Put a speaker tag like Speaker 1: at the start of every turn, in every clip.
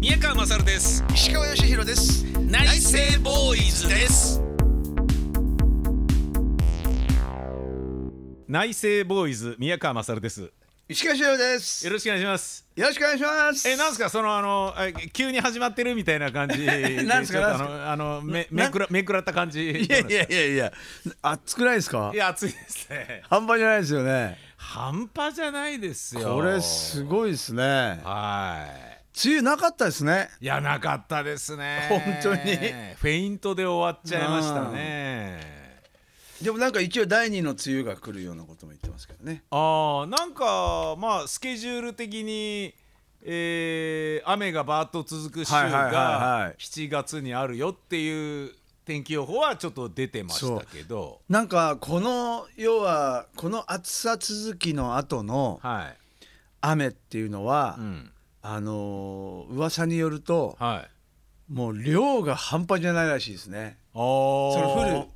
Speaker 1: 宮川勝です
Speaker 2: 石川義弘です
Speaker 1: 内政ボーイズです内政ボーイズ宮川勝です
Speaker 2: 石川義弘です
Speaker 1: よ
Speaker 2: よ
Speaker 1: ろしくお願いします
Speaker 2: ろしくお願いします
Speaker 1: えなんすかそのあのえ急に始まってるみた いな感じ
Speaker 2: なんすか
Speaker 1: ちょっと
Speaker 2: なんす
Speaker 1: あのあのめめくらめくらった感じ
Speaker 2: いやいやいやいや熱くないですか
Speaker 1: いや暑いですね
Speaker 2: 半端じゃないですよね
Speaker 1: 半端じゃないですよ
Speaker 2: これすごいですね
Speaker 1: はい
Speaker 2: 梅雨なかったですね
Speaker 1: いやなかったですね
Speaker 2: 本当に
Speaker 1: フェイントで終わっちゃいましたね
Speaker 2: でもなんか一応第二の梅雨が来るようなことも言ってますけどね
Speaker 1: あーなんかまあスケジュール的に、えー雨がバーッと続く週
Speaker 2: はいはいはいは
Speaker 1: が
Speaker 2: い
Speaker 1: 7月にあるよっていう天気予報はちょっと出てましたけど
Speaker 2: なんかこの要はこの暑さ続きの後の
Speaker 1: はい、
Speaker 2: 雨っていうのは、
Speaker 1: うん
Speaker 2: あのー噂によると
Speaker 1: はい、
Speaker 2: もう量が半端じゃないらしいですね
Speaker 1: あー
Speaker 2: その降る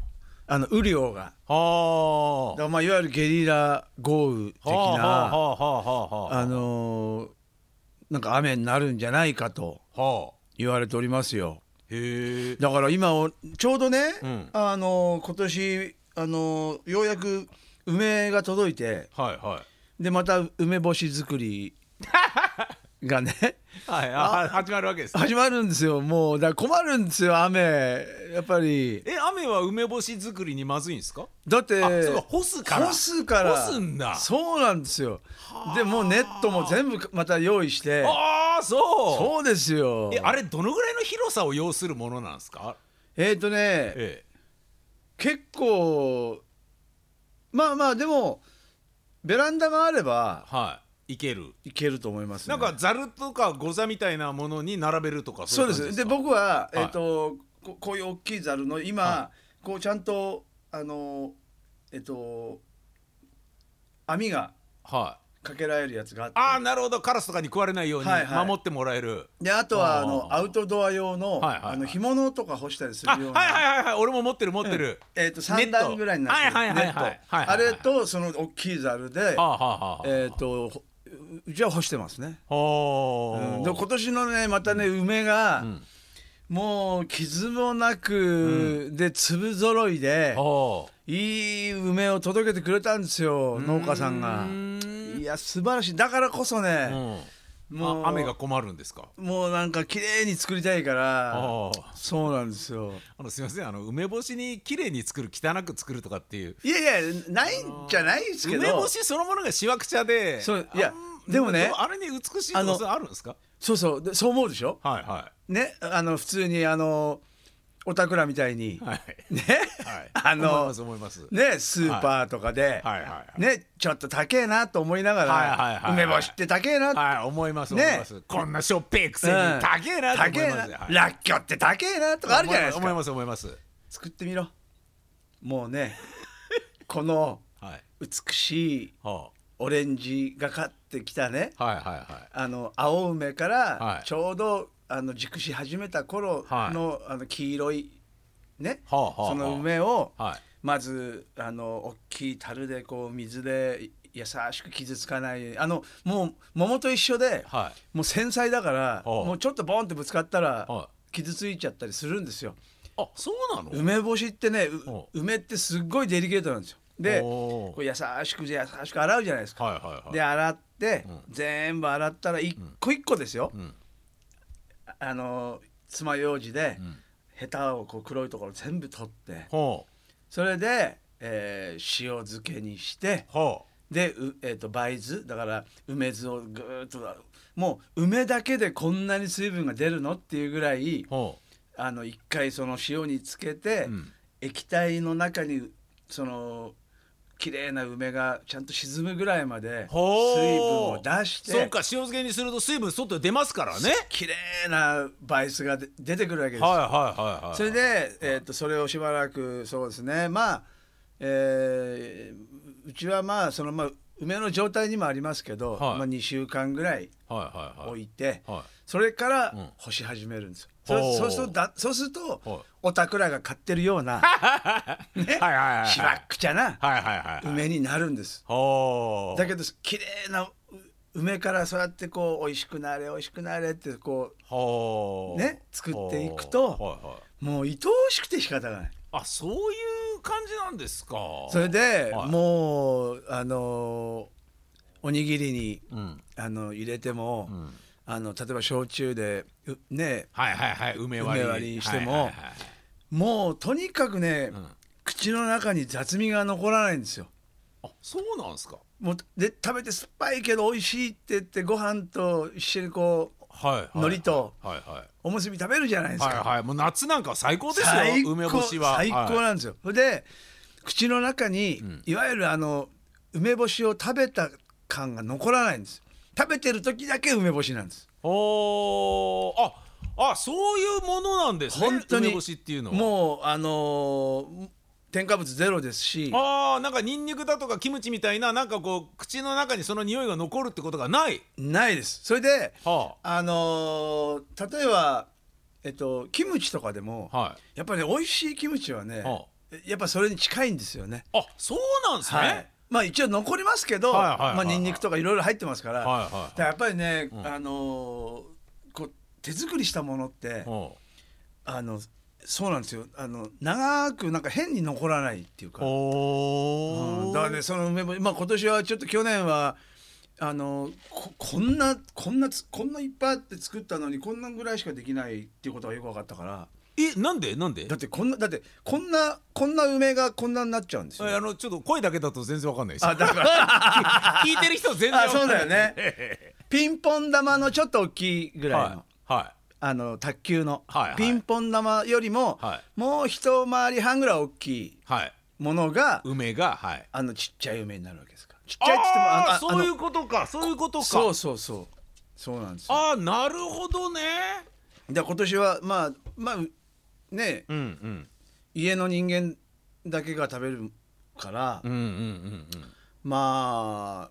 Speaker 2: あの雨量が
Speaker 1: あー
Speaker 2: だからまあいわゆるゲリラ豪雨的
Speaker 1: はあはあ
Speaker 2: な
Speaker 1: はあはあはあ
Speaker 2: あのーなんか雨になるんじゃないかと
Speaker 1: はあ
Speaker 2: 言われておりますよ
Speaker 1: へえ
Speaker 2: だから今をちょうどね、
Speaker 1: うん
Speaker 2: あのー今年あのーようやく梅が届いて
Speaker 1: はいはい
Speaker 2: でまた梅干し 作りがね
Speaker 1: はいあは始まるわけですね
Speaker 2: 始まるんですよもうだから困るんですよ雨やっぱり
Speaker 1: え雨は梅干し作りにまずいんですか
Speaker 2: だって
Speaker 1: あそうか干すから
Speaker 2: 干すから
Speaker 1: 干すんだ
Speaker 2: そうなんですよでもうネットも全部また用意して
Speaker 1: ああそう
Speaker 2: そうですよ
Speaker 1: えあれどのぐらいの広さを要するものなんですか
Speaker 2: えっ、とね
Speaker 1: ええ
Speaker 2: 結構まあまあでもベランダがあれば
Speaker 1: はいいける
Speaker 2: いけると思います、
Speaker 1: な
Speaker 2: ね、
Speaker 1: んかざるとかござみたいなものに並べるとか
Speaker 2: そう
Speaker 1: い
Speaker 2: で
Speaker 1: 感じ
Speaker 2: すで僕は、
Speaker 1: はい
Speaker 2: えっ、とここういう大きいざるの今、
Speaker 1: は
Speaker 2: こうちゃんとあのえっ、と網が
Speaker 1: はい
Speaker 2: かけられるやつがあって
Speaker 1: ああなるほどカラスとかに食われないように
Speaker 2: はいはい
Speaker 1: 守ってもらえる、
Speaker 2: であとはあの
Speaker 1: あー
Speaker 2: アウトドア用の,、
Speaker 1: はいはいはい
Speaker 2: あの干物とか干したりするよう
Speaker 1: あ
Speaker 2: な、
Speaker 1: はいはいはいはい俺も持ってる持ってる、
Speaker 2: えー、と3段ぐらいになってる
Speaker 1: はいはいはいはい
Speaker 2: ネット
Speaker 1: はいはいはい
Speaker 2: あれとその大きいざるで、
Speaker 1: はあはあはあ
Speaker 2: えっ、とほうちは干してますね、
Speaker 1: はあ
Speaker 2: うんで今年のねまたね梅が、
Speaker 1: ん
Speaker 2: もう傷もなく、で粒ぞろいで、
Speaker 1: はい
Speaker 2: い梅を届けてくれたんですよ農家さんが
Speaker 1: うーん
Speaker 2: いや素晴らしいだからこそ
Speaker 1: あ
Speaker 2: ね、
Speaker 1: うん
Speaker 2: もう
Speaker 1: あ雨が困るんですか
Speaker 2: もうなんか綺麗に作りたいか
Speaker 1: あ
Speaker 2: ら
Speaker 1: あ
Speaker 2: そうなんですよ
Speaker 1: あのすいませんあの梅干しに綺麗に作る汚く作るとかっていう
Speaker 2: いやいやないんじゃないですけど
Speaker 1: 梅干しそのものがしわくちゃで
Speaker 2: そういや
Speaker 1: あん
Speaker 2: でもね
Speaker 1: あれに美しい
Speaker 2: あ
Speaker 1: 要
Speaker 2: の
Speaker 1: 素あるんですか
Speaker 2: そうそうでそう思うでしょ
Speaker 1: はいは
Speaker 2: ねあの普通にあのおたくらみたいに、
Speaker 1: いはい
Speaker 2: ね、
Speaker 1: はい
Speaker 2: あ
Speaker 1: 思い
Speaker 2: の
Speaker 1: ます思います
Speaker 2: ねスーパーとかで、
Speaker 1: はいはいはい
Speaker 2: ねちょっと高えなと思いながら、
Speaker 1: はいはいはいはい
Speaker 2: 梅干しって高えな、
Speaker 1: はい思います思
Speaker 2: ね
Speaker 1: いますこんなしょっぺいくせに
Speaker 2: うん
Speaker 1: 高えなと
Speaker 2: 高
Speaker 1: 思い
Speaker 2: え
Speaker 1: ま
Speaker 2: な、
Speaker 1: すはい
Speaker 2: らっきょうって高えなとかあるじゃないです
Speaker 1: 思い
Speaker 2: か
Speaker 1: ます思います思い
Speaker 2: 作ってみろもうね この
Speaker 1: ますはい
Speaker 2: 美しい
Speaker 1: は
Speaker 2: オレンジがかってきたね
Speaker 1: あはいはいはい
Speaker 2: あの青梅か
Speaker 1: は
Speaker 2: ら
Speaker 1: い
Speaker 2: ちょうどあの熟し始めた頃の,、あの黄色いね、
Speaker 1: はあはあはあ
Speaker 2: その梅を
Speaker 1: はい
Speaker 2: まずあの大きい樽でこう水で優しく傷つかないあのもう桃と一緒で、
Speaker 1: はい
Speaker 2: もう繊細だから、
Speaker 1: はあ
Speaker 2: もうちょっとボンってぶつかったら、
Speaker 1: は
Speaker 2: 傷ついちゃったりするんですよ。
Speaker 1: あそうなの
Speaker 2: 梅干しってね、う
Speaker 1: はあ
Speaker 2: 梅ってすっごいデリケートなんですよ。で
Speaker 1: おー
Speaker 2: こう優しく優しく洗うじゃないですか。
Speaker 1: はいはいはい
Speaker 2: で洗って、
Speaker 1: うん
Speaker 2: 全部洗ったら一個一個ですよ、
Speaker 1: うん
Speaker 2: ああの爪楊枝で、
Speaker 1: ん
Speaker 2: ヘタをこう黒いところ全部取って
Speaker 1: ほ
Speaker 2: それで、えー塩漬けにして
Speaker 1: うほ
Speaker 2: で、うえー、と梅酢だから梅酢をぐーっともう梅だけでこんなに水分が出るのっていうぐらいう
Speaker 1: ほ
Speaker 2: あの一回その塩につけて、
Speaker 1: うん
Speaker 2: 液体の中にその綺麗な梅がちゃんと沈むぐらいまで水分
Speaker 1: ほう
Speaker 2: を出し
Speaker 1: う
Speaker 2: て
Speaker 1: そうか塩漬けにすると水分外出ますからね
Speaker 2: 綺麗なバイスがで出てくるわけです、
Speaker 1: はいはいはいはい
Speaker 2: それで、えー、とそれをしばらくそうですねまあ、えーうちはまあそのまあ梅の状態にもありますけど、
Speaker 1: はい
Speaker 2: まあ、2週間ぐらい
Speaker 1: はいはいは
Speaker 2: 置
Speaker 1: い
Speaker 2: いて、
Speaker 1: はい
Speaker 2: それから
Speaker 1: うん
Speaker 2: 干し始めるんですよ、
Speaker 1: ほう
Speaker 2: そそうするとだそうすると、
Speaker 1: はい
Speaker 2: おたくらが買ってるような ね
Speaker 1: はいはいはい
Speaker 2: しわっくちゃな
Speaker 1: はいはいはいはい
Speaker 2: 梅になるんです、
Speaker 1: ほう
Speaker 2: だけど綺麗なう梅からそうやってこう美味しくなれ美味しくなれってこ
Speaker 1: はあ
Speaker 2: ね作っていくと
Speaker 1: はあはいはいう
Speaker 2: もう愛おしくて仕方がない
Speaker 1: あそういう感じなんですか
Speaker 2: それで、
Speaker 1: はい
Speaker 2: もうあのおにぎりに
Speaker 1: うん
Speaker 2: あの入れても、
Speaker 1: うん
Speaker 2: あの例えば焼酎でうね
Speaker 1: はいはいはい梅割り
Speaker 2: 梅割りにしても
Speaker 1: はいはいはい
Speaker 2: もうとにかくね、
Speaker 1: うん
Speaker 2: 口の中に雑味が残らないんですよ。
Speaker 1: あそうなんですか
Speaker 2: もうで食べて酸っぱいけど美味しいって言ってご飯と一緒にこう
Speaker 1: はいはい
Speaker 2: 海苔と
Speaker 1: はいはい
Speaker 2: おむすび食べるじゃないですか。
Speaker 1: はいはいもう夏なんか最高ですよ
Speaker 2: 最高
Speaker 1: 梅干しは
Speaker 2: 最高
Speaker 1: はい
Speaker 2: なんですよ。それで口の中に、
Speaker 1: ん
Speaker 2: いわゆるあの梅干しを食べた感が残らないんです。食べてる時だけ梅干しなんです。
Speaker 1: おーああそういうものなんですね
Speaker 2: 本当に
Speaker 1: 梅干しっていうのは
Speaker 2: もうあのー添加物ゼロですし、
Speaker 1: あーなんかニンニクだとかキムチみたいななんかこう口の中にその匂いが残るってことがない
Speaker 2: ないです。それで
Speaker 1: は
Speaker 2: あのー例えばえっとキムチとかでも、
Speaker 1: あはい
Speaker 2: やっぱり、ね、美味しいキムチはね、
Speaker 1: は
Speaker 2: やっぱそれに近いんですよね。
Speaker 1: あそうなんですね、
Speaker 2: はい、まあ一応残りますけど、
Speaker 1: はいはいはいはい
Speaker 2: まあニンニクとかいろいろ入ってますから、
Speaker 1: はいはいはい
Speaker 2: だからやっぱりね、
Speaker 1: ん
Speaker 2: あのーこう手作りしたものって、
Speaker 1: お
Speaker 2: あのそうなんですよ。あの長くなんか変に残らないっていうか。
Speaker 1: おー、
Speaker 2: うんだからねその梅干し、まあ、今年はちょっと去年はあのここんなこんなつこんないっぱいあって作ったのにこんなんぐらいしかできないっていうことがよく分かったから
Speaker 1: えなんでなんで
Speaker 2: だってこんなだってこんなこんな梅がこんなになっちゃうんですよ。
Speaker 1: あのちょっと声だけだと全然わかんないです
Speaker 2: あだから
Speaker 1: 聞いてる人全然わ
Speaker 2: あ
Speaker 1: か
Speaker 2: そ
Speaker 1: ん
Speaker 2: う
Speaker 1: ない
Speaker 2: だよねピンポン玉のちょっと大きいぐらいの,、
Speaker 1: はいは
Speaker 2: あの卓球の、
Speaker 1: はいはい
Speaker 2: ピンポン玉よりも、
Speaker 1: は
Speaker 2: もう一回り半ぐらい大きい
Speaker 1: いはい
Speaker 2: ものが
Speaker 1: 梅がはい
Speaker 2: あのちっちゃい梅になるわけですからちっち
Speaker 1: あ
Speaker 2: ゃいっつってもあ
Speaker 1: あ
Speaker 2: の
Speaker 1: ー
Speaker 2: あ
Speaker 1: そう
Speaker 2: あ
Speaker 1: い
Speaker 2: の
Speaker 1: うことかそういうことか
Speaker 2: そうそうそうそうなんですよ
Speaker 1: ああなるほどね
Speaker 2: で今年はまあまあうね
Speaker 1: うんうん
Speaker 2: 家の人間だけが食べるから、
Speaker 1: うんうんうんうん
Speaker 2: まあ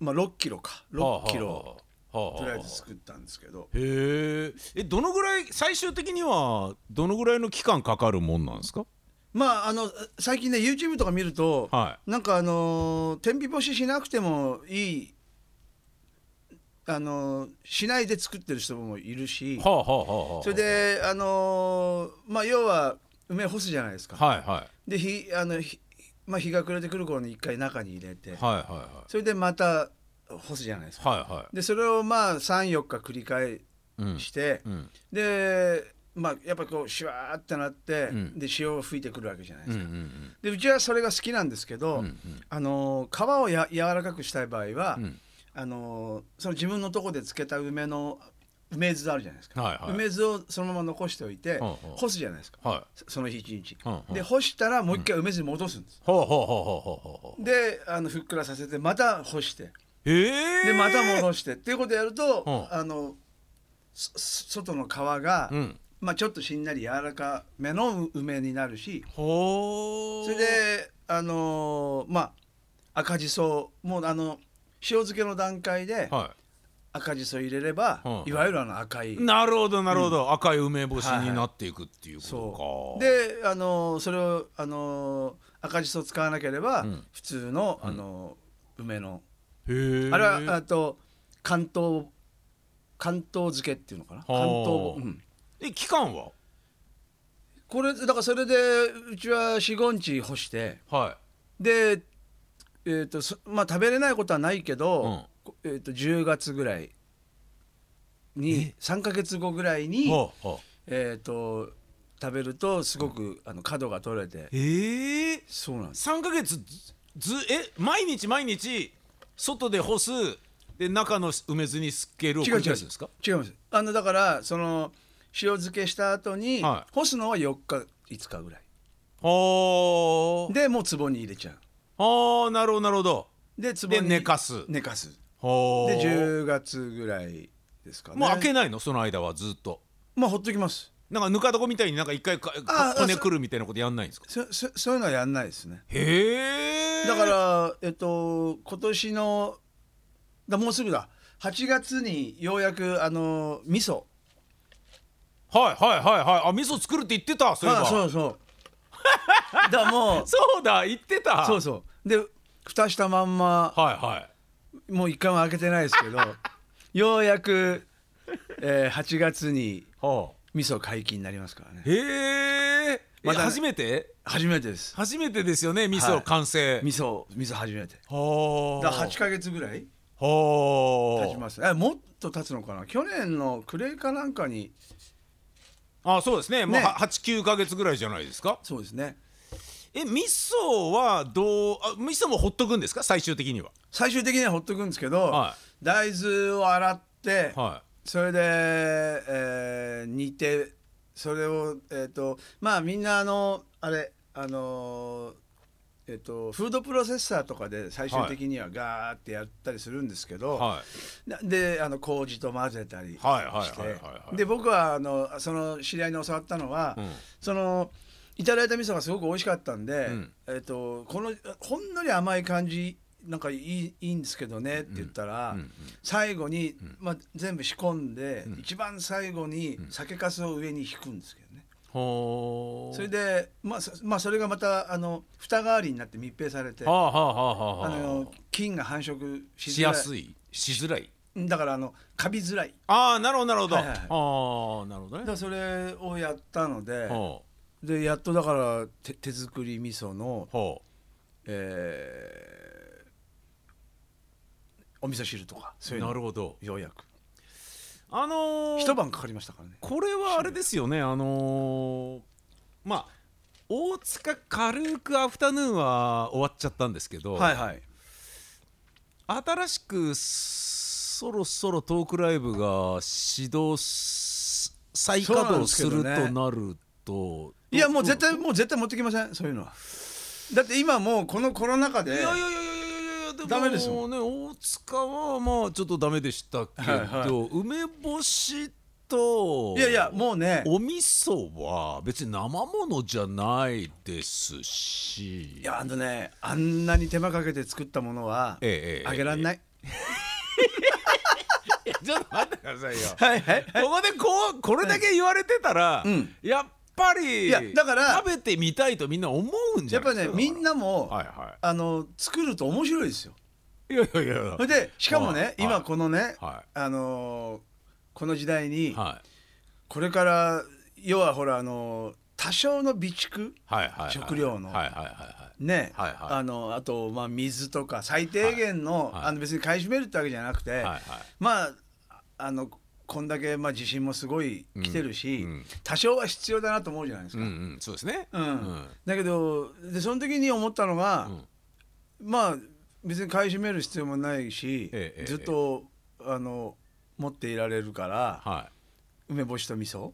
Speaker 2: まあ6キロか6キロと
Speaker 1: と
Speaker 2: りあえず作ったんですけど
Speaker 1: へええどのぐらい最終的にはどのぐらいの期間かかるもんなんですか
Speaker 2: まああの最近ね YouTube とか見ると、
Speaker 1: は
Speaker 2: なんかあのー天日干ししなくてもいいあのーしないで作ってる人もいるし、
Speaker 1: はあはあはあはあ
Speaker 2: それであのーまあ要は梅干すじゃないですか、
Speaker 1: はいはい
Speaker 2: で日あの日まあ、日が暮れてくる頃に一回中に入れて、
Speaker 1: はいはいは
Speaker 2: それでまた干すじゃないですか
Speaker 1: いはいは
Speaker 2: でそれをまあ34日繰り返
Speaker 1: いうん
Speaker 2: して、
Speaker 1: うん
Speaker 2: でまあやっぱこうシュワーってなって、
Speaker 1: うん
Speaker 2: で潮を吹いてくるわけじゃないですか
Speaker 1: うんうん
Speaker 2: でうちはそれが好きなんですけど、
Speaker 1: うん
Speaker 2: あのー皮をや柔らかくしたい場合は、
Speaker 1: うんうん
Speaker 2: あのーその自分のとこで漬けた梅の梅酢あるじゃないですか、
Speaker 1: はいはい
Speaker 2: 梅酢をそのまま残しておいて、
Speaker 1: うんうん
Speaker 2: 干すじゃないですか
Speaker 1: はい
Speaker 2: そその日一日、
Speaker 1: うんうん
Speaker 2: で干したらもう一回梅酢に戻すんです、
Speaker 1: ほうほうほうほうほうほうほう
Speaker 2: であのふっくらさせてまた干して
Speaker 1: へえ
Speaker 2: でまた戻してっていうことやると、
Speaker 1: うん
Speaker 2: あのそそ外の皮が、
Speaker 1: うん
Speaker 2: まあ、ちょっとしんなり柔らかめの梅になるし
Speaker 1: ほう
Speaker 2: それであのーまあ赤じそもうあの塩漬けの段階で
Speaker 1: は
Speaker 2: 赤じそ入れれば、
Speaker 1: うん
Speaker 2: いわゆるあの赤い
Speaker 1: いなるほどなるほど、赤い梅干しになっていくっていうこ
Speaker 2: そ
Speaker 1: と
Speaker 2: う
Speaker 1: か、
Speaker 2: であのーそれをあのー赤じそ使わなければ、
Speaker 1: うん
Speaker 2: 普通のあのー梅の、
Speaker 1: へえ
Speaker 2: あれはあと関東関東漬けっていうのかな関
Speaker 1: はあ
Speaker 2: 東、うん、
Speaker 1: え期間は
Speaker 2: これだからそれでうちは45日干して
Speaker 1: は
Speaker 2: で、えーとそまあ、食べれないことはないけど、
Speaker 1: うん
Speaker 2: こえー、と10月ぐらいに3か月後ぐらい
Speaker 1: い
Speaker 2: に、
Speaker 1: はあはあ
Speaker 2: えー、と食べるとすごくあの角が取れて
Speaker 1: ええ
Speaker 2: そうなんです
Speaker 1: 3ヶ月ずずえ毎日毎日外で干すで中の梅酢にすけるを
Speaker 2: 違う違う
Speaker 1: 繰り返すんですか
Speaker 2: 違いますあのだからその塩漬けした後に、
Speaker 1: は
Speaker 2: 干すのは4日5日ぐらい
Speaker 1: はあ
Speaker 2: でもう壺に入れちゃう
Speaker 1: はあなるほどなるほど
Speaker 2: で壺
Speaker 1: で
Speaker 2: に
Speaker 1: 寝かすは
Speaker 2: 寝かす
Speaker 1: あ
Speaker 2: で10月ぐらいですかね
Speaker 1: もう開けないのその間はずっと
Speaker 2: まあほっときます
Speaker 1: なんかぬか床みたいになんか一回か
Speaker 2: ああ
Speaker 1: 骨
Speaker 2: そ
Speaker 1: くるみたいなことやんないんですか
Speaker 2: そそそういうのはやんないですね
Speaker 1: へえ
Speaker 2: だからえっと今年のだもうすぐだ8月にようやくあの味噌
Speaker 1: はいはいはいはいあ味噌作るって言ってたそういえば
Speaker 2: あそうそう だからもう
Speaker 1: そうだ言ってた
Speaker 2: そうそうで蓋したまんま
Speaker 1: はいはい
Speaker 2: もう一回も開けてないですけどようやく、えー8月に
Speaker 1: は
Speaker 2: 味噌解禁になりますからね
Speaker 1: あ、へえ、
Speaker 2: まだ
Speaker 1: え初めて
Speaker 2: 初めてです
Speaker 1: 初めてですよね味噌完成、
Speaker 2: 味噌味噌初めて
Speaker 1: は
Speaker 2: だ
Speaker 1: あ
Speaker 2: から8ヶ月ぐらい
Speaker 1: はあ
Speaker 2: 経ちますえもっと経つのかな去年の暮れかなんかに
Speaker 1: あそうですねもう
Speaker 2: ね
Speaker 1: 89か月ぐらいじゃないですか
Speaker 2: そうですね
Speaker 1: え味噌はどうあ味噌もほっとくんですか最終的には
Speaker 2: 最終的にはほっとくんですけど、
Speaker 1: は
Speaker 2: 大豆を洗って、
Speaker 1: は
Speaker 2: それで、えー煮てそれをえっ、とまあみんなあのあれあのーえっとフードプロセッサーとかで最終的にはガーってやったりするんですけ
Speaker 1: い
Speaker 2: ど、
Speaker 1: は
Speaker 2: なであの麹と混ぜたりして、
Speaker 1: はいはいはいはいはい
Speaker 2: で僕はあのその知り合いに教わったのは、
Speaker 1: うん
Speaker 2: そのいただいた味噌がすごく美味しかったんで、
Speaker 1: うん
Speaker 2: えっとこのほんのり甘い感じなんかいいいいんですけどねって言ったら、
Speaker 1: うんうんうん
Speaker 2: 最後に、まあ、全部仕込んで、
Speaker 1: ん
Speaker 2: 一番最後に酒粕を上に引くんですけどね、
Speaker 1: いほ
Speaker 2: それで、まあそまあ、それがまたあの蓋代わりになって密閉されて
Speaker 1: は
Speaker 2: あ
Speaker 1: あはあはあはあは
Speaker 2: の菌が繁殖
Speaker 1: あ
Speaker 2: し
Speaker 1: し
Speaker 2: づら
Speaker 1: や
Speaker 2: い
Speaker 1: すいしづらい
Speaker 2: だからあのカビづらい
Speaker 1: ああなるほどなるほど、
Speaker 2: はいはいはい
Speaker 1: ああなるほど
Speaker 2: だか
Speaker 1: ね
Speaker 2: らそれをやったので
Speaker 1: ほ
Speaker 2: でやっとだから手手作り味噌の
Speaker 1: う、ほ
Speaker 2: えーお味噌汁とかそう
Speaker 1: う
Speaker 2: いうの
Speaker 1: なるほど
Speaker 2: ようやく
Speaker 1: あのー、
Speaker 2: 一晩かかりましたからね
Speaker 1: これはあれですよねあのー、まあ大塚軽くアフタヌーンは終わっちゃったんですけど、
Speaker 2: はいはい
Speaker 1: 新しくそろそろトークライブが始動す再稼働するとなると
Speaker 2: いやもう絶対もう絶対持ってきませんそういうのはだって今もうこのコロナ禍
Speaker 1: い
Speaker 2: で
Speaker 1: やいやいやいやいやいやでも
Speaker 2: ダメですも
Speaker 1: ね大塚はまあちょっとダメでしたけど、
Speaker 2: はいは
Speaker 1: 梅干しと
Speaker 2: いやいやもうね
Speaker 1: お味噌は別に生ものじゃないですし
Speaker 2: いやあのねあんなに手間かけて作ったものは
Speaker 1: ええええ
Speaker 2: あげらんない
Speaker 1: ちょっと待ってくださいよ
Speaker 2: はいはい
Speaker 1: ここでこうこれだけ言われてたら、
Speaker 2: うん
Speaker 1: やっぱり
Speaker 2: いやだから
Speaker 1: 食べてみたいとみんな思うんじ
Speaker 2: や
Speaker 1: ゃ
Speaker 2: っ
Speaker 1: な
Speaker 2: ぱ
Speaker 1: いです
Speaker 2: ね
Speaker 1: か
Speaker 2: みんなも、
Speaker 1: はいは
Speaker 2: あの作ると面白いですよ
Speaker 1: いいやいやいや
Speaker 2: それでしかもね、
Speaker 1: はい
Speaker 2: 今このね、
Speaker 1: は
Speaker 2: あのーこの時代に、
Speaker 1: いはい
Speaker 2: これから要はほらあのー多少の備蓄
Speaker 1: はいはいはい
Speaker 2: 食料の
Speaker 1: はいはいはい
Speaker 2: ね、
Speaker 1: はいはい
Speaker 2: あのあと、まあ、水とか最低限の,、
Speaker 1: はい
Speaker 2: あの別に買い占めるってわけじゃなくて、
Speaker 1: はいはい
Speaker 2: まああのこんだけ、まあ、地震もすごい来てるし、
Speaker 1: うんうん
Speaker 2: 多少は必要だなと思うじゃないです
Speaker 1: うん
Speaker 2: か。
Speaker 1: うんそうですね
Speaker 2: うんだけどでその時に思ったのが、
Speaker 1: うん
Speaker 2: まあ別に買い占める必要もないし、
Speaker 1: ええ
Speaker 2: ずっと、あの持っていられるから
Speaker 1: はい
Speaker 2: 梅干しと味噌
Speaker 1: はい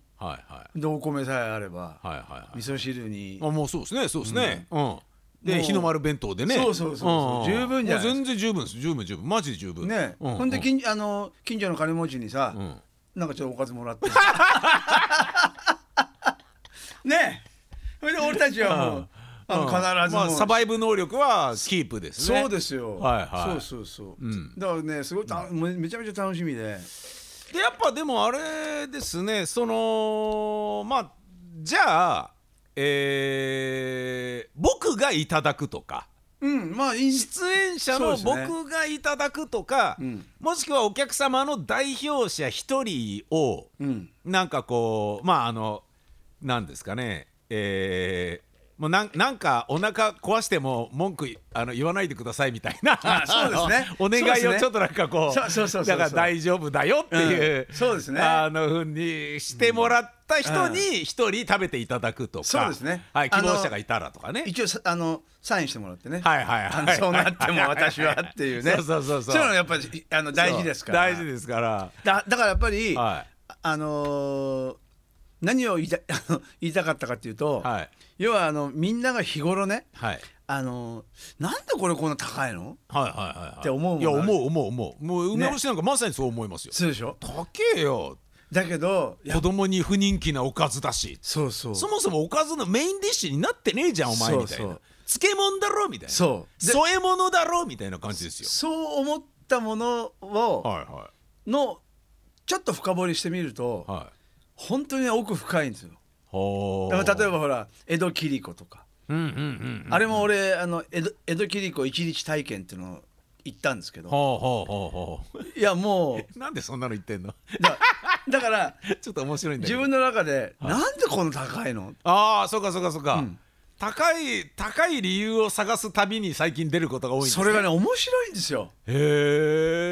Speaker 1: はい
Speaker 2: でお米さえあれば、
Speaker 1: はいはいはい
Speaker 2: 味噌汁に
Speaker 1: あもうそうですねそうですねうん、
Speaker 2: も
Speaker 1: で
Speaker 2: う
Speaker 1: 日の丸弁当でね
Speaker 2: そうそうそうそうん十分じゃないですか
Speaker 1: もう全然十分です十分十分マジで十分
Speaker 2: ね、
Speaker 1: うん
Speaker 2: ほんで近あの近所の金持ちにさ、
Speaker 1: うん
Speaker 2: なんかちょっとおかずもら ってねそれで俺たちはもうあの
Speaker 1: うん
Speaker 2: 必ずも
Speaker 1: ま
Speaker 2: う、
Speaker 1: あ、サバイブ能力はキープですね
Speaker 2: そうですよ、
Speaker 1: はいはい
Speaker 2: そうそうそう、
Speaker 1: うん
Speaker 2: だからねすごいためめちゃめちゃ楽しみで
Speaker 1: でやっぱでもあれですねそのまあじゃあえー僕がいただくとか
Speaker 2: うんまあいい
Speaker 1: 出演者の
Speaker 2: そうですね
Speaker 1: 僕がいただくとか、
Speaker 2: うん
Speaker 1: もしくはお客様の代表者一人を
Speaker 2: うん
Speaker 1: なんかこうまああのなんですかねえーもうなんなんかお腹壊しても文句いあの言わないでくださいみたいな
Speaker 2: あそうですね
Speaker 1: あのお願い
Speaker 2: そうです
Speaker 1: を
Speaker 2: ね
Speaker 1: ちょっとなんかこ
Speaker 2: そうそうそうそうう
Speaker 1: だから大丈夫だよっていう、
Speaker 2: うんそうですね
Speaker 1: あのふうにしてもらった人に一人食べていただくとか、
Speaker 2: そうですね
Speaker 1: はい、希
Speaker 2: あの
Speaker 1: 望者がいたらとかね
Speaker 2: 一応さあのサインしてもらってね、
Speaker 1: はいはい
Speaker 2: あ
Speaker 1: は
Speaker 2: の
Speaker 1: い
Speaker 2: そうなっても私はっていうね
Speaker 1: そうそうそうそう
Speaker 2: そういうのやっぱりあの大事ですから
Speaker 1: 大事ですから
Speaker 2: だだからやっぱり、
Speaker 1: はい
Speaker 2: あのー何を言いた あの言いたかったかっていうと、
Speaker 1: はい
Speaker 2: 要はあのみんなが日頃ね、
Speaker 1: はい
Speaker 2: あのーなんでこれこんな高いの
Speaker 1: はいはいはいはい
Speaker 2: って思うもん
Speaker 1: いや
Speaker 2: ある
Speaker 1: 思う思う思うもう梅干しなんかまさにそう思いますよ、
Speaker 2: そうでしょ
Speaker 1: 高えよ
Speaker 2: だけどいや
Speaker 1: 子供に不人気なおかずだし
Speaker 2: そうそう
Speaker 1: そもそもおかずのメインディッシュになってねえじゃんお前みたいな
Speaker 2: そうそう
Speaker 1: 漬物だろみたいな
Speaker 2: そうで
Speaker 1: 添え物だろみたいな感じですよ
Speaker 2: そう思ったものを、
Speaker 1: はいは
Speaker 2: のちょっと深掘りしてみると、
Speaker 1: いはい
Speaker 2: 本当に奥深いんですよ
Speaker 1: ほ
Speaker 2: だから例え
Speaker 1: ば
Speaker 2: ばほら江戸切子とか、
Speaker 1: うんうんうん
Speaker 2: あれも俺あの江戸江戸切子一日体験っていうのを行ったんですけど
Speaker 1: ほうほうほうほ
Speaker 2: いやもう
Speaker 1: う なんでそんなの言ってんの
Speaker 2: だ だから
Speaker 1: ちょっと面白いんだけ
Speaker 2: 自
Speaker 1: ど
Speaker 2: 分の中でなんでこの高いの
Speaker 1: ああそうかそうかそうか、
Speaker 2: うん
Speaker 1: 高い高い理由を探すたびに最近出ることが多いんです
Speaker 2: そ
Speaker 1: ね
Speaker 2: れがね面白いんですよ
Speaker 1: へ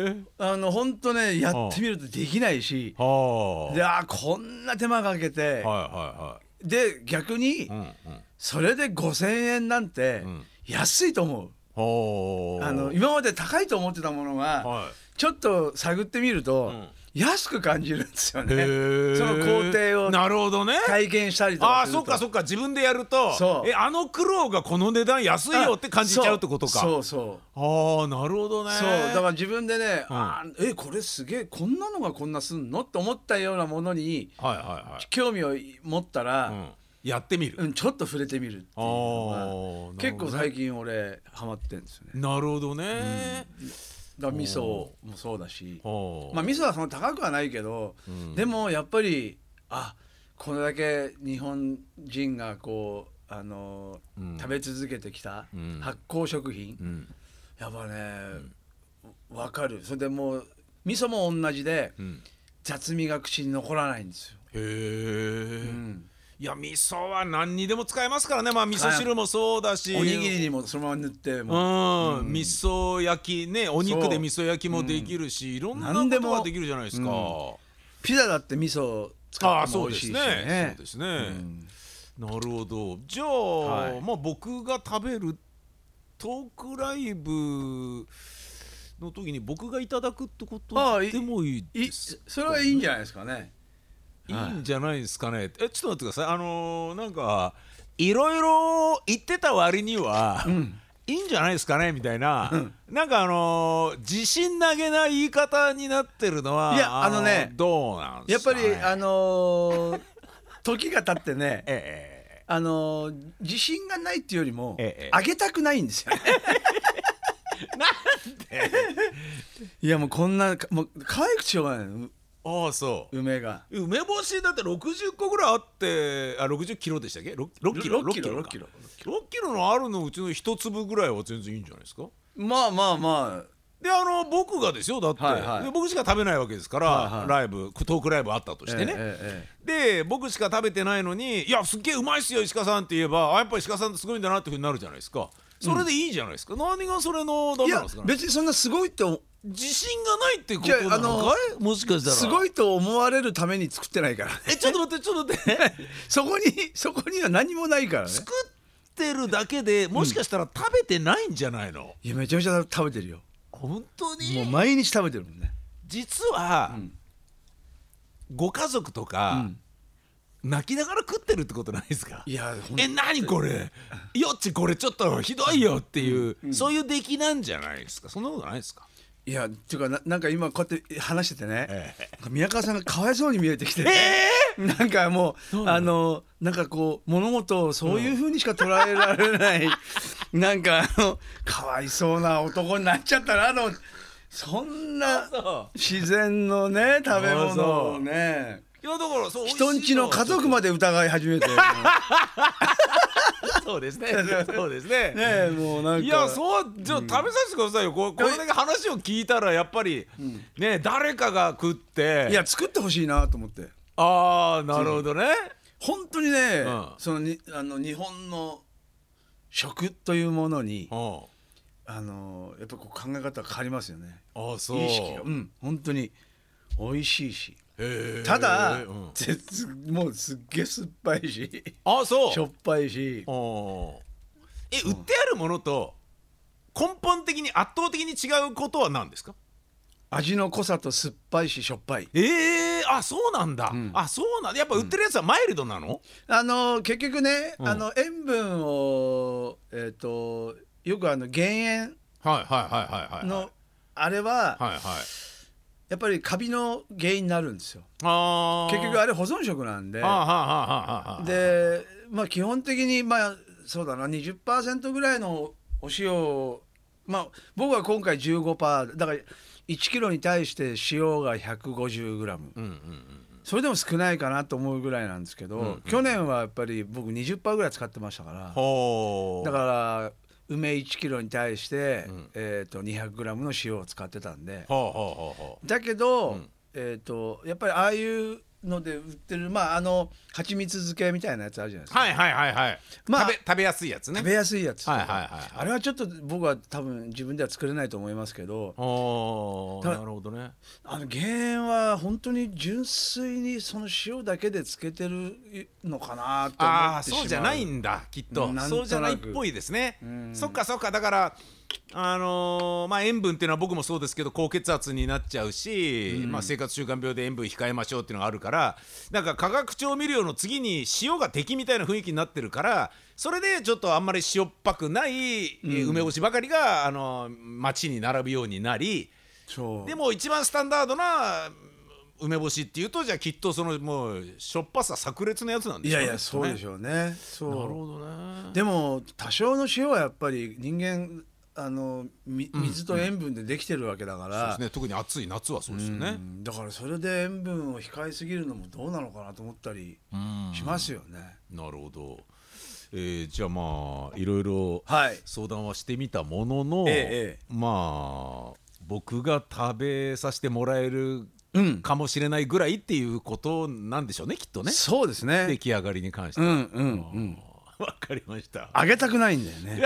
Speaker 1: え
Speaker 2: あの本当ねやってみるとできないし
Speaker 1: はあ
Speaker 2: であーこんな手間かけて
Speaker 1: は
Speaker 2: で逆に
Speaker 1: いはいはいうんうん
Speaker 2: それで5,000円なんて
Speaker 1: うん
Speaker 2: 安いと思う
Speaker 1: ほう
Speaker 2: あの今まで高いと思ってたものが
Speaker 1: は
Speaker 2: ちょっと探ってみると
Speaker 1: うん
Speaker 2: 安く感じるんですよ
Speaker 1: いへ
Speaker 2: ね
Speaker 1: え
Speaker 2: その工程を
Speaker 1: なるほどね
Speaker 2: 体験したりと
Speaker 1: あ
Speaker 2: か
Speaker 1: あ
Speaker 2: すると
Speaker 1: そっかそっか自分でやると
Speaker 2: そう
Speaker 1: えあの苦労がこの値段安いよって感じちゃうってことか
Speaker 2: そうそう
Speaker 1: ああなるほどね
Speaker 2: そうそうだから自分でね、
Speaker 1: うん
Speaker 2: あーえこれすげえこんなのがこんなすんのって思ったようなものに
Speaker 1: はいは
Speaker 2: 興味を持った
Speaker 1: いはい、う
Speaker 2: ら、
Speaker 1: ん、やってみる、
Speaker 2: うんちょっと触れてみるっていう
Speaker 1: ああ
Speaker 2: のが
Speaker 1: なる
Speaker 2: 結
Speaker 1: ほ
Speaker 2: 構
Speaker 1: どね
Speaker 2: 最近俺ハマってんですよね
Speaker 1: なるほどね、
Speaker 2: だから味噌もそうだし
Speaker 1: ほう
Speaker 2: まあ味噌はそんな高くはないけど、
Speaker 1: うん
Speaker 2: でもやっぱりあこれだけ日本人がこうあのー、
Speaker 1: うん
Speaker 2: 食べ続けてきた
Speaker 1: うん
Speaker 2: 発酵食品、
Speaker 1: うん
Speaker 2: やっぱねわ、かるそれでもう味噌も同じで
Speaker 1: うん
Speaker 2: 雑味が口に残らないんですよ、
Speaker 1: へえ、
Speaker 2: うん
Speaker 1: いや味噌は何にでも使えますからねまあ味噌汁もそうだし
Speaker 2: おにぎりにもそのまま塗って
Speaker 1: う
Speaker 2: も
Speaker 1: ん、味噌焼きねお肉で
Speaker 2: そう
Speaker 1: 味噌焼きもできるし、いろんな
Speaker 2: 何で
Speaker 1: こと
Speaker 2: も
Speaker 1: ができるじゃないですか、
Speaker 2: うんピザだって味噌
Speaker 1: あ
Speaker 2: 使
Speaker 1: あ
Speaker 2: っても
Speaker 1: そうで
Speaker 2: 美味し
Speaker 1: す
Speaker 2: いし
Speaker 1: ね
Speaker 2: ね
Speaker 1: そうですね、
Speaker 2: うん
Speaker 1: なるほどじゃあ、
Speaker 2: はい
Speaker 1: まあ僕が食べるトークライブの時に僕がいただくってこと
Speaker 2: ああい
Speaker 1: でもいい
Speaker 2: い
Speaker 1: です
Speaker 2: それはいいんじゃないですかね
Speaker 1: いいんじゃないですかね。え、ちょっと待ってください。あのーなんか、いろいろ言ってた割には、いいんじゃないですかねみたいな、なんかあのー自信投げな言い方になってるのは、
Speaker 2: いや
Speaker 1: の
Speaker 2: あのね
Speaker 1: どうなんで
Speaker 2: やっ
Speaker 1: すか
Speaker 2: ぱ
Speaker 1: ね
Speaker 2: り、あのー時が経ってね、
Speaker 1: え
Speaker 2: あのー自信がないっていうよりも、
Speaker 1: えええ
Speaker 2: あげたくないんです よね。なんでいやもうこんなもう可愛くしょうがないのう
Speaker 1: えああ、そう。
Speaker 2: 梅が。
Speaker 1: 梅干しだって60個ぐらいあってあ60キロでしたっけ 6, 6キロ
Speaker 2: ろ6キロ
Speaker 1: か
Speaker 2: 6キロ
Speaker 1: 6キロのあるのうちの一粒ぐらいは全然いいんじゃないですか
Speaker 2: まあまあま
Speaker 1: であの僕がですよだって、
Speaker 2: はいはい
Speaker 1: で僕しか食べないわけですから、
Speaker 2: はいはい
Speaker 1: ライブトークライブあったと
Speaker 2: あ。
Speaker 1: してね、
Speaker 2: えええ
Speaker 1: で僕しか食べてないのに「いやすっげえうまいっすよ石川さん」って言えばあやっぱ石川さんってすごいんだなってふうになるじゃないですかそれでいいじゃないですか、何がそれの
Speaker 2: え
Speaker 1: ダ
Speaker 2: い
Speaker 1: メなん
Speaker 2: や
Speaker 1: ですかね
Speaker 2: 別にそんなすごいと
Speaker 1: 自信がないってことなのかい
Speaker 2: じゃあ
Speaker 1: もしかしたら
Speaker 2: すごいと思われるために作ってないから
Speaker 1: えちょっと待ってちょっと待 って
Speaker 2: そこにそこには何もないからね
Speaker 1: 作ってるだけでもしかしたら食べてないんじゃないの、
Speaker 2: いやめちゃめちゃ食べてるよ
Speaker 1: 本当に
Speaker 2: もう毎日食べてるもんね
Speaker 1: 実は、
Speaker 2: ん
Speaker 1: ご家族とか、泣きながら食ってるってことないですか
Speaker 2: いやほん
Speaker 1: え何これよっちこれちょっとひどいよっていう、そういう出来なんじゃないですかそんなことないですか
Speaker 2: いやっていうかななんか今こうやって話しててね、
Speaker 1: え
Speaker 2: なんか宮川さんがかわいそうに見えてきて、
Speaker 1: え
Speaker 2: なんかもう
Speaker 1: うなの
Speaker 2: あのなんかこう物事をそういうふうにしか捉えられ ない、なんかあのかわいそうな男になっちゃったなと思ってそんな
Speaker 1: そ
Speaker 2: 自然のね食べ物をね
Speaker 1: いやだからそう
Speaker 2: 人んちの家族まで疑い始めてもう
Speaker 1: でそうですねそうですね
Speaker 2: ねえもう なんか
Speaker 1: いやそうじゃあ食べさせてくださいよ、こうこれだけ話を聞いたらやっぱり、ね誰かが食って
Speaker 2: いや作ってほしいなと思って
Speaker 1: ああなるほどね、
Speaker 2: 本当にね、
Speaker 1: ん
Speaker 2: そのにあの日本の食というものに
Speaker 1: うん
Speaker 2: あのやっぱこう考え方が変わりますよね
Speaker 1: ああそう
Speaker 2: 意識がうん本当に美味しいし
Speaker 1: へえ
Speaker 2: た
Speaker 1: う
Speaker 2: だ、
Speaker 1: ん
Speaker 2: 絶もうすっげえ酸っぱいし
Speaker 1: ああそう
Speaker 2: しょっぱいし
Speaker 1: おえ売ってあるものと根本的に圧倒的に違うことは何ですか
Speaker 2: 味の濃さと酸っぱいししょっぱい
Speaker 1: ええあそうなんだ、あそうなんだやっぱ売ってるやつはマイルドなの、
Speaker 2: あの結局ね、
Speaker 1: うん
Speaker 2: あの塩分をえっ、とよくあの減
Speaker 1: はいはいはいはいはい
Speaker 2: 塩の、あれは、
Speaker 1: はいはい
Speaker 2: やっぱりカビの原因になるんですよ
Speaker 1: あ
Speaker 2: 結局あれ保存食なんで
Speaker 1: あはあはあはあ
Speaker 2: でまあ基本的にまあそうだな20%ぐらいのお塩をまあ僕は今回15%だから1キロに対して塩が150グラム
Speaker 1: うんうんうん
Speaker 2: それでも少ないかなと思うぐらいなんですけど、
Speaker 1: んうん
Speaker 2: 去年はやっぱり僕20%ぐらい使ってましたから
Speaker 1: ほう
Speaker 2: だから梅1キロに対して、えー、と2 0 0ムの塩を使ってたんで
Speaker 1: ほうほうほうほう
Speaker 2: だけど、えー、とやっぱりああいうので売ってるまああの蜂蜜漬けみたいなやつあるじゃないですか、
Speaker 1: はいはいはいはい、
Speaker 2: まあ
Speaker 1: 食べ食べやすいやつね
Speaker 2: 食べやすいやつとか、
Speaker 1: はいはいはいはい
Speaker 2: あれはちょっと僕は多分自分では作れないと思いますけど
Speaker 1: おー
Speaker 2: た
Speaker 1: なるほどね
Speaker 2: あの減塩は本当に純粋にその塩だけで漬けてるのかなと思
Speaker 1: ああ
Speaker 2: ってしまう
Speaker 1: そうじゃないんだきっと
Speaker 2: なんと
Speaker 1: そ
Speaker 2: なく
Speaker 1: うじゃないっぽいですね
Speaker 2: ん
Speaker 1: そっかそっかだからあのーまあ塩分っていうのは僕もそうですけど高血圧になっちゃうし、まあ、生活習慣病で塩分控えましょうっていうのがあるからなんか化学調味料の次に塩が敵みたいな雰囲気になってるからそれでちょっとあんまり塩っぱくないえー梅干しばかりが、あのー街に並ぶようになり
Speaker 2: そう
Speaker 1: でも一番スタンダードな梅干しっていうとじゃあきっとそのもうしょっぱさ炸裂のやつなんで
Speaker 2: い
Speaker 1: しょ
Speaker 2: やいやそうで
Speaker 1: ょ
Speaker 2: しょうねそう
Speaker 1: なるほどね。
Speaker 2: でも多少の塩はやっぱり人間あのみ水と塩分でできてるわけだか
Speaker 1: そうで
Speaker 2: ら
Speaker 1: す、ね。特に暑い夏はそうですよね
Speaker 2: う。んだからそれで塩分を控えすぎるのもどうなのかなと思ったりしますよね。
Speaker 1: なるほど。えーじゃあまあいろいろ
Speaker 2: はい
Speaker 1: 相談はしてみたものの、
Speaker 2: ええええ
Speaker 1: まあ僕が食べさせてもらえる
Speaker 2: うん
Speaker 1: かもしれないぐらいっていうことなんでしょうねきっとね。
Speaker 2: そうです
Speaker 1: 出
Speaker 2: ね。
Speaker 1: 来上がりに関して
Speaker 2: う
Speaker 1: は。
Speaker 2: んうんうん。
Speaker 1: わかりました。
Speaker 2: あげたくないんだよね。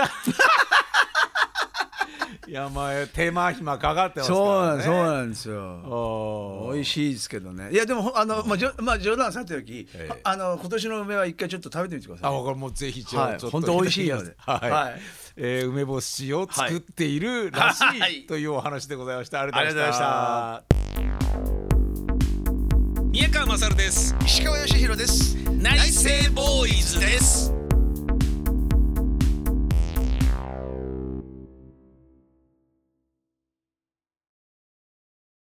Speaker 1: いやまあ手間暇かかってますか
Speaker 2: そうな
Speaker 1: ら
Speaker 2: ん
Speaker 1: ね。
Speaker 2: そうなんですよ。
Speaker 1: お
Speaker 2: 美味しいですけどね。いやでもほあのまあじょまあ冗談はさておき、
Speaker 1: ええ
Speaker 2: あの今年の梅は一回ちょっと食べてみてください
Speaker 1: あ、。これもうぜひじゃあ
Speaker 2: はい
Speaker 1: ちょっと
Speaker 2: ほんと美味しいやつ
Speaker 1: はい、
Speaker 2: はい
Speaker 1: えー梅干しを作っているらしい、
Speaker 2: はい
Speaker 1: というお話でございました。ありがとうございま
Speaker 2: あ
Speaker 1: した。宮川勝です。
Speaker 2: 石川義弘です。
Speaker 1: 内政ボーイズです。